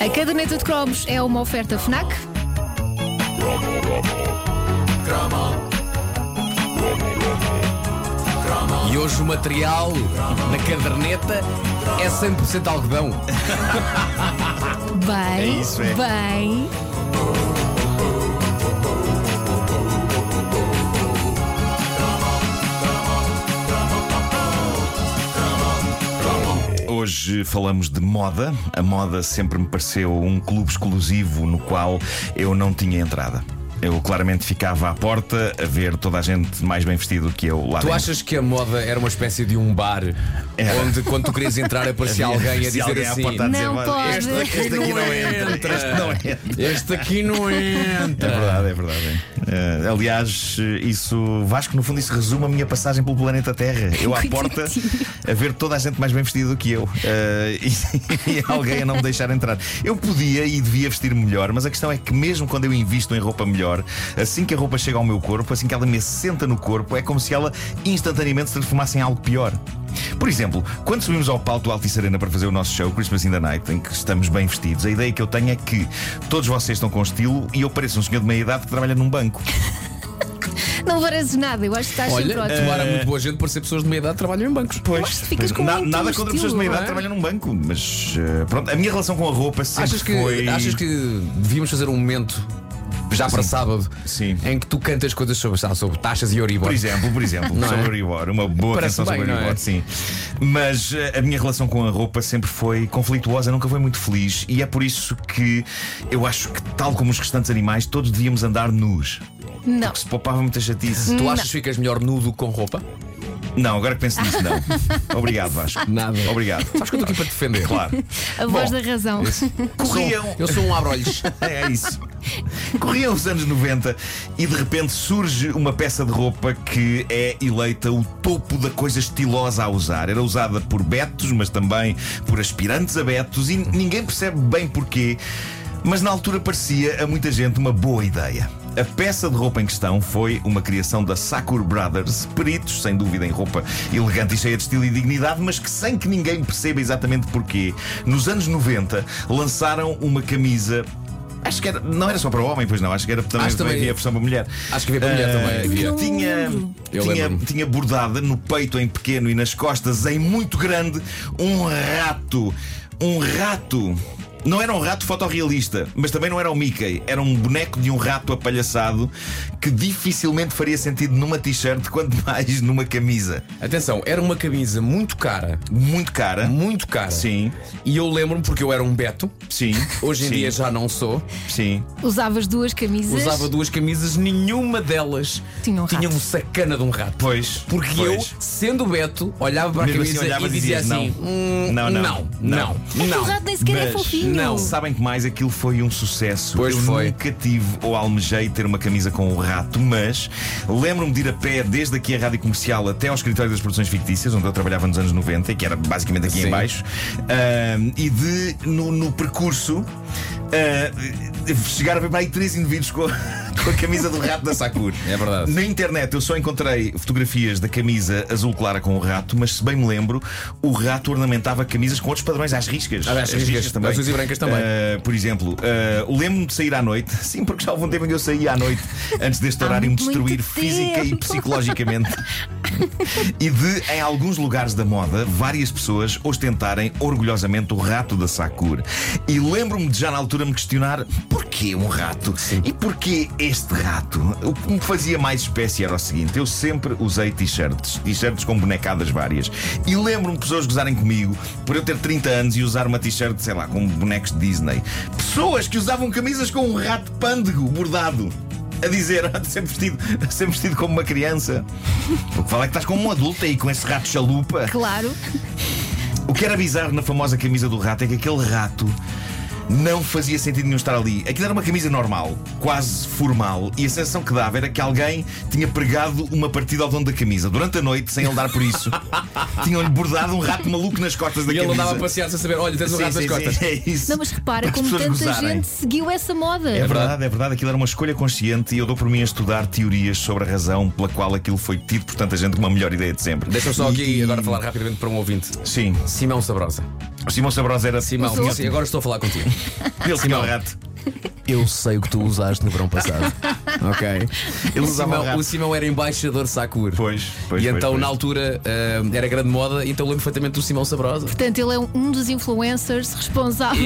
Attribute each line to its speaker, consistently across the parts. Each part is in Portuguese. Speaker 1: A caderneta de cromos é uma oferta FNAC.
Speaker 2: E hoje o material na caderneta é 100% algodão.
Speaker 1: Bem,
Speaker 3: É isso, é.
Speaker 1: bem.
Speaker 3: Hoje falamos de moda. A moda sempre me pareceu um clube exclusivo no qual eu não tinha entrada. Eu claramente ficava à porta a ver toda a gente mais bem vestido que eu lá
Speaker 2: Tu
Speaker 3: dentro.
Speaker 2: achas que a moda era uma espécie de um bar onde quando tu querias entrar aparecia alguém a
Speaker 3: Se
Speaker 2: dizer
Speaker 3: alguém à
Speaker 2: assim.
Speaker 3: porta a dizer,
Speaker 1: Não
Speaker 3: "Mas
Speaker 1: pode."
Speaker 3: Este, este aqui não entra. Este não entra.
Speaker 2: Este aqui não
Speaker 3: É
Speaker 2: entra.
Speaker 3: verdade, é verdade. é. Eh, aliás, eh, isso, Vasco, no fundo, isso resume a minha passagem pelo planeta Terra. Eu à porta a ver toda a gente mais bem vestida do que eu eh, e, e alguém a não me deixar entrar. Eu podia e devia vestir melhor, mas a questão é que, mesmo quando eu invisto em roupa melhor, assim que a roupa chega ao meu corpo, assim que ela me assenta no corpo, é como se ela instantaneamente se transformasse em algo pior. Por exemplo, quando subimos ao palco do Altice Arena para fazer o nosso show Christmas in the Night, em que estamos bem vestidos, a ideia que eu tenho é que todos vocês estão com estilo e eu pareço um senhor de meia idade que trabalha num banco.
Speaker 1: Não varazes nada, eu acho que estás sempre
Speaker 2: Olha, eh,
Speaker 1: ótimo.
Speaker 2: tomara muito boa gente por ser pessoas de meia idade que trabalham em bancos.
Speaker 1: Eu acho que ficas com
Speaker 3: na-
Speaker 1: muito
Speaker 3: nada
Speaker 1: estilo,
Speaker 3: contra pessoas de meia idade
Speaker 1: não é?
Speaker 3: que trabalham num banco, mas eh, pronto, a minha relação com a roupa sempre
Speaker 2: Achas que,
Speaker 3: foi.
Speaker 2: achas que devíamos fazer um momento já para sábado
Speaker 3: Sim.
Speaker 2: em que tu cantas coisas sobre, sabe, sobre taxas e Euribor?
Speaker 3: Por exemplo, por exemplo,
Speaker 2: Não é?
Speaker 3: sobre o Euribor, uma boa
Speaker 2: Parece
Speaker 3: canção sobre
Speaker 2: bem,
Speaker 3: o
Speaker 2: não
Speaker 3: Euribor,
Speaker 2: é?
Speaker 3: sim. Mas eh, a minha relação com a roupa sempre foi conflituosa, nunca foi muito feliz, e é por isso que eu acho que, tal como os restantes animais, todos devíamos andar nus.
Speaker 1: Não.
Speaker 3: que se poupava muita chatice.
Speaker 2: Tu achas que ficas melhor nudo que com roupa?
Speaker 3: Não, agora que penso nisso, não. Obrigado, Vasco.
Speaker 2: Nada.
Speaker 3: Obrigado.
Speaker 2: Sabes que eu estou aqui para te defender.
Speaker 3: Claro.
Speaker 1: A voz
Speaker 3: Bom,
Speaker 1: da razão.
Speaker 3: Corriam.
Speaker 2: Eu sou um abrolhos.
Speaker 3: É isso. Corriam os anos 90 e de repente surge uma peça de roupa que é eleita o topo da coisa estilosa a usar. Era usada por betos, mas também por aspirantes a betos e ninguém percebe bem porquê, mas na altura parecia a muita gente uma boa ideia. A peça de roupa em questão foi uma criação da Sakur Brothers, peritos, sem dúvida, em roupa elegante e cheia de estilo e dignidade, mas que sem que ninguém perceba exatamente porquê, nos anos 90 lançaram uma camisa. Acho que era, não era só para homem, pois não, acho que era também,
Speaker 2: Acho que também-
Speaker 3: havia a versão para mulher.
Speaker 2: Acho que havia para mulher
Speaker 3: Ah,
Speaker 2: também, havia.
Speaker 3: que Tinha,
Speaker 2: Eu
Speaker 3: tinha,
Speaker 2: lembro-me.
Speaker 3: tinha bordada no peito em pequeno e nas costas em muito grande um rato. Um rato. Não era um rato fotorrealista, mas também não era o Mickey. Era um boneco de um rato apalhaçado que dificilmente faria sentido numa t-shirt, quanto mais numa camisa.
Speaker 2: Atenção, era uma camisa muito cara.
Speaker 3: Muito cara.
Speaker 2: Muito cara.
Speaker 3: Sim,
Speaker 2: E eu lembro-me porque eu era um Beto.
Speaker 3: sim.
Speaker 2: Hoje em
Speaker 3: sim,
Speaker 2: dia já não sou.
Speaker 3: Sim.
Speaker 1: Usavas duas camisas.
Speaker 2: Usava duas camisas, nenhuma delas
Speaker 1: Tinha um rato.
Speaker 2: sacana de um rato.
Speaker 3: Pois.
Speaker 2: Porque
Speaker 3: pois.
Speaker 2: eu, sendo Beto, olhava para a
Speaker 3: Mesmo assim
Speaker 2: camisa
Speaker 3: olhava
Speaker 2: e dizia
Speaker 3: dizias,
Speaker 2: assim:
Speaker 3: não.
Speaker 2: "Hum,
Speaker 3: Não, não,
Speaker 2: não,
Speaker 1: É
Speaker 2: não.
Speaker 1: que o rato nem sequer é
Speaker 3: Mas
Speaker 1: fofinho.
Speaker 2: não,
Speaker 3: Sabem que mais aquilo foi um sucesso.
Speaker 2: Pois
Speaker 3: eu
Speaker 2: foi.
Speaker 3: nunca tive ou almejei ter uma camisa com o rato, mas lembro-me de ir a pé desde aqui a rádio comercial até ao escritório das produções fictícias, onde eu trabalhava nos anos 90, e que era basicamente aqui
Speaker 2: Sim.
Speaker 3: em baixo, ahm, e de no, no percurso ah, chegar a ver para aí três indivíduos com a, com a camisa do rato da Sakur.
Speaker 2: É verdade.
Speaker 3: Na internet eu só encontrei fotografias da camisa azul clara com o rato, mas se bem me lembro, o rato ornamentava camisas com outros padrões às riscas.
Speaker 2: Ah, às riscas. Azuis e brancas também.
Speaker 3: Ah, por exemplo, ah, lembro-me de sair à noite, sim, porque já houve um tempo em que eu saía à noite antes deste
Speaker 1: Há
Speaker 3: horário me
Speaker 1: muito tempo.
Speaker 3: destruir física e psicologicamente. e de, em alguns lugares da moda, várias pessoas ostentarem orgulhosamente o rato da Sakura. E lembro-me de já na altura me questionar porquê um rato? E porquê este rato? O que me fazia mais espécie era o seguinte: eu sempre usei t-shirts, t-shirts com bonecadas várias. E lembro-me de pessoas gozarem comigo por eu ter 30 anos e usar uma t-shirt, sei lá, com bonecos de Disney. Pessoas que usavam camisas com um rato pândego bordado a dizer sempre vestido, sempre vestido como uma criança. O que fala é que estás como um adulto aí com esse rato chalupa.
Speaker 1: Claro.
Speaker 3: O que era bizarro na famosa camisa do rato é que aquele rato não fazia sentido nenhum estar ali. Aquilo era uma camisa normal, quase formal, e a sensação que dava era que alguém tinha pregado uma partida ao dono da camisa durante a noite, sem ele dar por isso. Tinham-lhe bordado um rato maluco nas costas da
Speaker 2: E ele
Speaker 3: camisa.
Speaker 2: andava a passear sem saber: olha, tens um
Speaker 3: Sim,
Speaker 2: rato nas
Speaker 3: sim,
Speaker 2: costas.
Speaker 3: sim, é isso.
Speaker 1: Não, mas repara
Speaker 3: Para as
Speaker 1: como tanta
Speaker 3: pessoas gozarem.
Speaker 1: gente seguiu essa moda.
Speaker 3: É
Speaker 2: verdade.
Speaker 3: verdade, é verdade. Aquilo era uma escolha consciente e eu dou por mim a estudar teorias sobre a razão pela qual aquilo foi tido por tanta gente como a melhor ideia de sempre.
Speaker 2: Deixa-me só
Speaker 3: E-
Speaker 2: aqui
Speaker 3: e-
Speaker 2: agora falar rapidamente para um ouvinte.
Speaker 3: Sim.
Speaker 2: Simão Sabrosa.
Speaker 3: O Simão Sabrosa era
Speaker 2: Simão,
Speaker 1: Usou.
Speaker 2: sim, agora estou a falar contigo.
Speaker 3: Ele tinha o rato.
Speaker 2: Eu sei o que tu usaste no verão passado. ok.
Speaker 3: Ele
Speaker 2: o,
Speaker 3: usava
Speaker 2: Simão,
Speaker 3: rato.
Speaker 2: o Simão era embaixador Sacur.
Speaker 3: Pois, pois,
Speaker 2: E
Speaker 3: pois,
Speaker 2: então,
Speaker 3: pois.
Speaker 2: na altura, ah, era grande moda, então lembro perfeitamente do Simão Sabrosa.
Speaker 1: Portanto, ele é um- um dos influencers
Speaker 2: É.
Speaker 1: responsáveis.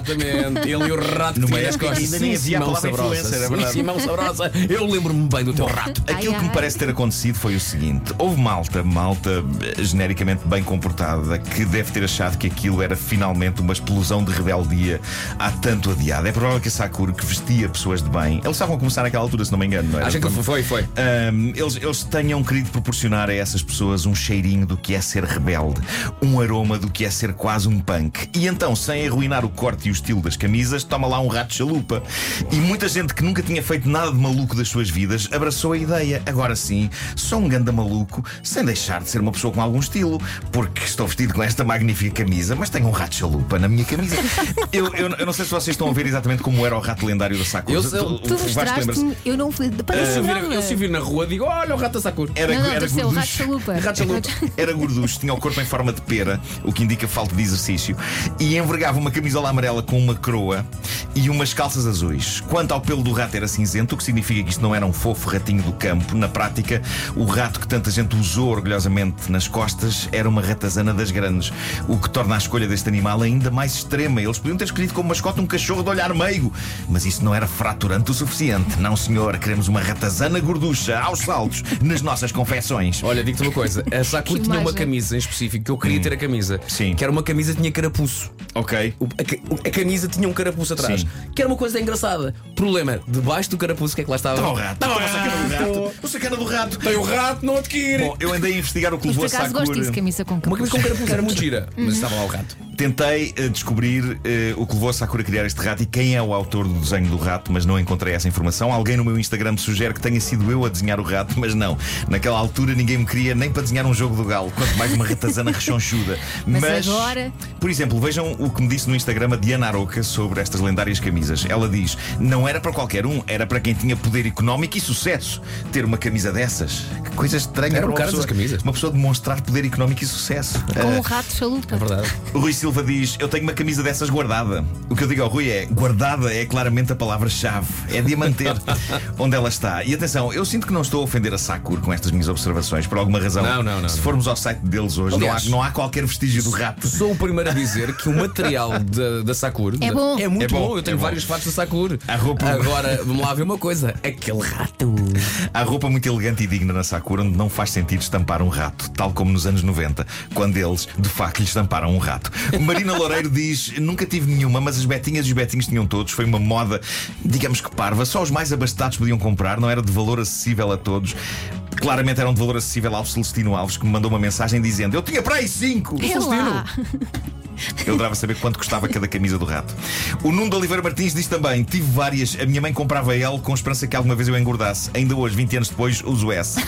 Speaker 2: Exatamente, ele e o rato que
Speaker 3: Numa
Speaker 2: tinha nas
Speaker 3: época
Speaker 2: costas.
Speaker 3: ainda
Speaker 2: Sim,
Speaker 3: nem havia a
Speaker 2: Simão
Speaker 3: palavra
Speaker 2: Sabrosa.
Speaker 3: influencer, é
Speaker 2: Sim,
Speaker 3: verdade.
Speaker 2: Simão Sabrosa, eu lembro-me bem do teu rato.
Speaker 3: Aquilo
Speaker 1: Ai,
Speaker 3: que me
Speaker 1: ai.
Speaker 3: parece ter acontecido foi o seguinte: houve malta, malta eh, genericamente bem comportada, que deve ter achado que aquilo era finalmente uma explosão de rebeldia há tanto adiada. É provável que a Sakura, que vestia pessoas de bem, eles estavam a começar naquela altura, se não me engano, não era?
Speaker 2: Acho que
Speaker 3: Quando-
Speaker 2: foi, foi.
Speaker 3: Ahm, eles, eles tenham querido proporcionar a essas pessoas um cheirinho do que é ser rebelde, um aroma do que é ser quase um punk. E então, sem arruinar o corte e o estilo das camisas, toma lá um rato de chalupa. E muita gente que nunca tinha feito nada de maluco das suas vidas abraçou a ideia. Agora sim, sou um ganda maluco, sem deixar de ser uma pessoa com algum estilo, porque estou vestido com esta magnífica camisa, mas tenho um rato de chalupa na minha camisa. eu, eu- eu não sei se vocês estão a ver exatamente como era o rato lendário da Sakura.
Speaker 2: Eu- eu-
Speaker 1: Tu mostraste-me, eu não fui.
Speaker 2: Se
Speaker 1: Parece
Speaker 2: Eh, eu vir-
Speaker 1: droga.
Speaker 2: Eu se vir na rua digo, olha o rato da Sakura.
Speaker 3: Era,
Speaker 1: Não, não,
Speaker 3: era
Speaker 1: deve ser o
Speaker 3: gorducho.
Speaker 1: rato chalupa.
Speaker 3: Rato chalupa. Era gorducho, tinha o corpo em forma de pera, o que indica falta de exercício, e envergava uma camisola amarela com uma croa e umas calças azuis. Quanto ao pelo do rato era cinzento, o que significa que isto não era um fofo ratinho do campo. Na prática, o rato que tanta gente usou orgulhosamente nas costas era uma ratazana das grandes, o que torna a escolha deste animal ainda mais extrema. Eles podiam ter escolhido como mascote um cachorro de olhar meigo, mas isso não era fraturante o suficiente. Não, senhor, queremos uma ratazana gorducha aos saltos nas nossas confecções.
Speaker 2: Olha, digo-te uma coisa, a Sakura
Speaker 1: Que
Speaker 2: tinha uma
Speaker 1: imagem.
Speaker 2: camisa em específico que eu queria ter a camisa.
Speaker 3: Hum. Sim.
Speaker 2: Que era uma camisa que tinha carapuço.
Speaker 3: Ok.
Speaker 2: O- A, ca- a camisa tinha um carapuço atrás.
Speaker 3: Sim.
Speaker 2: Que era uma coisa engraçada. Problema, debaixo do carapuço, o que é que lá estava?
Speaker 3: Estava Tá o rato.
Speaker 2: Estava
Speaker 3: Estava a sacana do rato. Estou sacana do rato.
Speaker 2: Tem o rato, não adquire.
Speaker 3: Bom, eu andei a investigar o que
Speaker 1: Mas
Speaker 3: levou
Speaker 1: por
Speaker 3: a
Speaker 1: acaso
Speaker 3: Sakura.
Speaker 1: gosto disso, é camisa com
Speaker 2: uma camisa com
Speaker 1: capuz.
Speaker 2: carapuço era muito gira,
Speaker 1: Uhum.
Speaker 2: mas estava lá o rato.
Speaker 3: Tentei eh, descobrir eh, o que levou a Sakura a criar este rato e quem é o autor do desenho do rato, mas não encontrei essa informação. Alguém no meu Instagram sugere que tenha sido eu a desenhar o rato, mas não. Naquela altura ninguém me queria nem para desenhar um jogo do galo, quanto mais uma ratazana rechonchuda.
Speaker 1: Mas agora-
Speaker 3: Por exemplo, vejam o que me disse no Instagram a Diana Aroca sobre estas lendárias camisas. Ela diz: não era para qualquer um, era para quem tinha poder económico e sucesso ter uma camisa dessas. Que coisa estranha
Speaker 2: Eram
Speaker 3: para uma
Speaker 2: caras
Speaker 3: pessoa,
Speaker 2: as camisas.
Speaker 3: uma pessoa demonstrar poder económico e sucesso.
Speaker 1: Com
Speaker 3: Ah,
Speaker 1: um rato chalupa.
Speaker 2: É verdade.
Speaker 3: o Rui Silva diz: Eu tenho uma camisa dessas guardada. O que eu digo ao Rui é: guardada é claramente a palavra-chave. É de a manter onde ela está. E atenção, eu sinto que não estou a ofender a Sakur com estas minhas observações, por alguma razão.
Speaker 2: Não, não, não,
Speaker 3: Se
Speaker 2: não.
Speaker 3: formos ao site deles hoje, não há,
Speaker 2: Aliás,
Speaker 3: não há qualquer vestígio do rato.
Speaker 2: Sou o primeiro a dizer que o material da, da Sakura
Speaker 1: É bom.
Speaker 2: é muito
Speaker 3: É bom,
Speaker 2: bom. Eu tenho
Speaker 3: é bom.
Speaker 2: vários fatos da Sakura.
Speaker 3: A roupa-
Speaker 2: Agora, vamos lá ver uma coisa: aquele rato.
Speaker 3: Há roupa muito elegante e digna na Sakura onde não faz sentido estampar um rato, tal como nos anos 90, quando eles, de facto, lhe estamparam um rato. Marina Loureiro diz: Nunca tive nenhuma, mas as betinhas e os betinhos tinham todos. Foi uma moda, digamos que parva. Só os mais abastados podiam comprar, não era de valor acessível a todos. Claramente era um de valor acessível ao Celestino Alves, que me mandou uma mensagem dizendo: Eu tinha para aí cinco!
Speaker 1: É lá.
Speaker 3: Eu adorava saber quanto custava cada camisa do rato. O Nuno de Oliveira Martins diz também: tive várias, a minha mãe comprava L com esperança que alguma vez eu engordasse. Ainda hoje, 20 anos depois, uso S.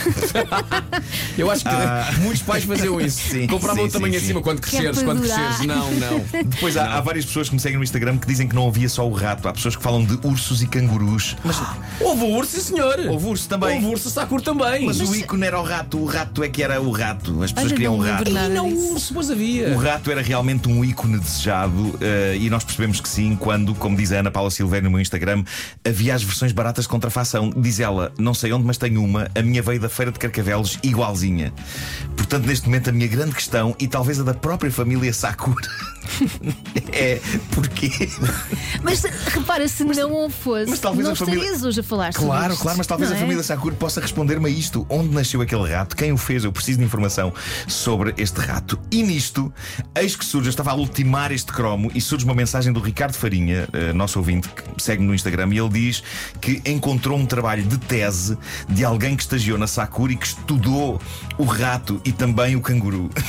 Speaker 2: Eu acho que muitos pais faziam isso.
Speaker 3: Ah. Sim,
Speaker 2: Compravam
Speaker 3: sim,
Speaker 2: o tamanho
Speaker 3: sim, sim.
Speaker 2: acima quando cresceres,
Speaker 1: é para
Speaker 2: quando
Speaker 1: durar.
Speaker 2: cresceres. Não, não.
Speaker 3: Depois há, há várias pessoas que me seguem no Instagram que dizem que não havia só o rato. Há pessoas que falam de ursos e cangurus. Mas,
Speaker 2: Houve o urso, sim, senhor.
Speaker 3: Houve urso também.
Speaker 2: Houve um urso, Sakura também.
Speaker 3: mas
Speaker 2: Mas
Speaker 3: o ícone era o rato, o rato é que era o rato. As pessoas
Speaker 1: Olha,
Speaker 3: queriam
Speaker 1: não
Speaker 3: o
Speaker 1: me
Speaker 3: rato.
Speaker 1: lembro nada
Speaker 2: não,
Speaker 1: disso.
Speaker 2: o urso, pois havia.
Speaker 3: O rato era realmente um ícone desejado eh, e nós percebemos que sim, quando, como diz a Ana Paula Silveira no meu Instagram, havia as versões baratas de contrafação. Diz ela, não sei onde, mas tenho uma, a minha veio da Feira de Carcavelos, igualzinha. Portanto, neste momento, a minha grande questão, e talvez a da própria família Sakura, é porquê?
Speaker 1: Mas repara, se não o fosse,
Speaker 3: mas talvez
Speaker 1: não
Speaker 3: a família-
Speaker 1: estarias hoje a falar sobre
Speaker 3: Claro,
Speaker 1: isto,
Speaker 3: claro, mas talvez
Speaker 1: não
Speaker 3: a
Speaker 1: é?
Speaker 3: família Sakura possa responder-me a isto. Onde nasceu aquele rato? Quem o fez? Eu preciso de informação sobre este rato. E nisto, eis que surge, eu estava a ultimar este cromo e surge uma mensagem do Ricardo Farinha, eh, nosso ouvinte, que segue-me no Instagram, e ele diz que encontrou um trabalho de tese de alguém que estagiou na Sakura e que estudou o rato e também o canguru.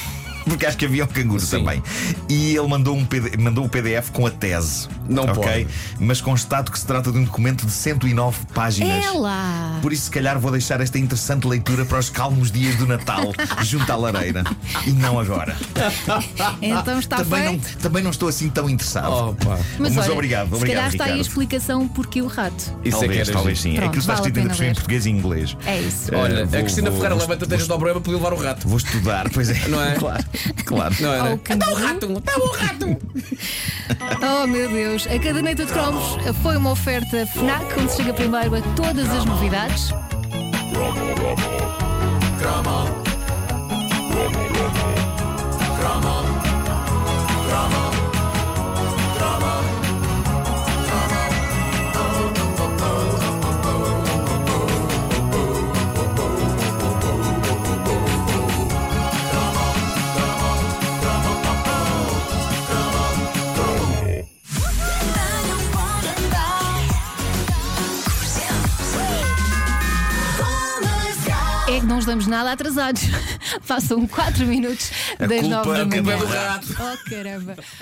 Speaker 3: Porque acho que havia um canguru também. E ele mandou, um PD mandou o PDF com a tese.
Speaker 2: Não
Speaker 3: ok?
Speaker 2: pode.
Speaker 3: Mas constato que se trata de um documento de 109 páginas.
Speaker 1: É lá.
Speaker 3: Por isso, se calhar, vou deixar esta interessante leitura para os calmos dias do Natal, junto à lareira. E não agora.
Speaker 1: Então está
Speaker 3: Ah, também, não,
Speaker 1: feito.
Speaker 3: também não estou assim tão interessado.
Speaker 2: Opa.
Speaker 1: Mas, olha,
Speaker 3: obrigado,
Speaker 1: se calhar
Speaker 3: obrigado,
Speaker 1: está aí a
Speaker 3: Ricardo.
Speaker 1: explicação porque o rato.
Speaker 2: Isso é que
Speaker 3: Talvez,
Speaker 2: era
Speaker 3: talvez
Speaker 2: giro.
Speaker 3: sim.
Speaker 1: Pronto,
Speaker 3: Aquilo está
Speaker 1: vale a
Speaker 3: escrito
Speaker 1: pena
Speaker 3: ainda por cima em
Speaker 1: ler.
Speaker 3: português e inglês.
Speaker 1: É isso.
Speaker 3: Eh,
Speaker 2: Olha,
Speaker 3: vou-
Speaker 2: a Cristina
Speaker 3: vou-
Speaker 2: Ferreira
Speaker 3: vou-
Speaker 2: levanta-te ao problema para levar o rato.
Speaker 3: Vou estudar, pois é.
Speaker 2: Não é?
Speaker 3: Claro, claro.
Speaker 2: Não
Speaker 1: Ou
Speaker 2: era?
Speaker 1: o canguru.
Speaker 2: está o rato!
Speaker 1: Oh meu Deus, a caderneta de cromos foi uma oferta FNAC, onde se chega primeiro a todas as novidades.
Speaker 4: Venham para andar. Comercial.
Speaker 1: É que não estamos nada atrasados. Passam 4 minutos das 9
Speaker 3: culpa-
Speaker 1: da
Speaker 3: a culpa
Speaker 1: manhã.
Speaker 3: é do rato.
Speaker 1: Oh caramba.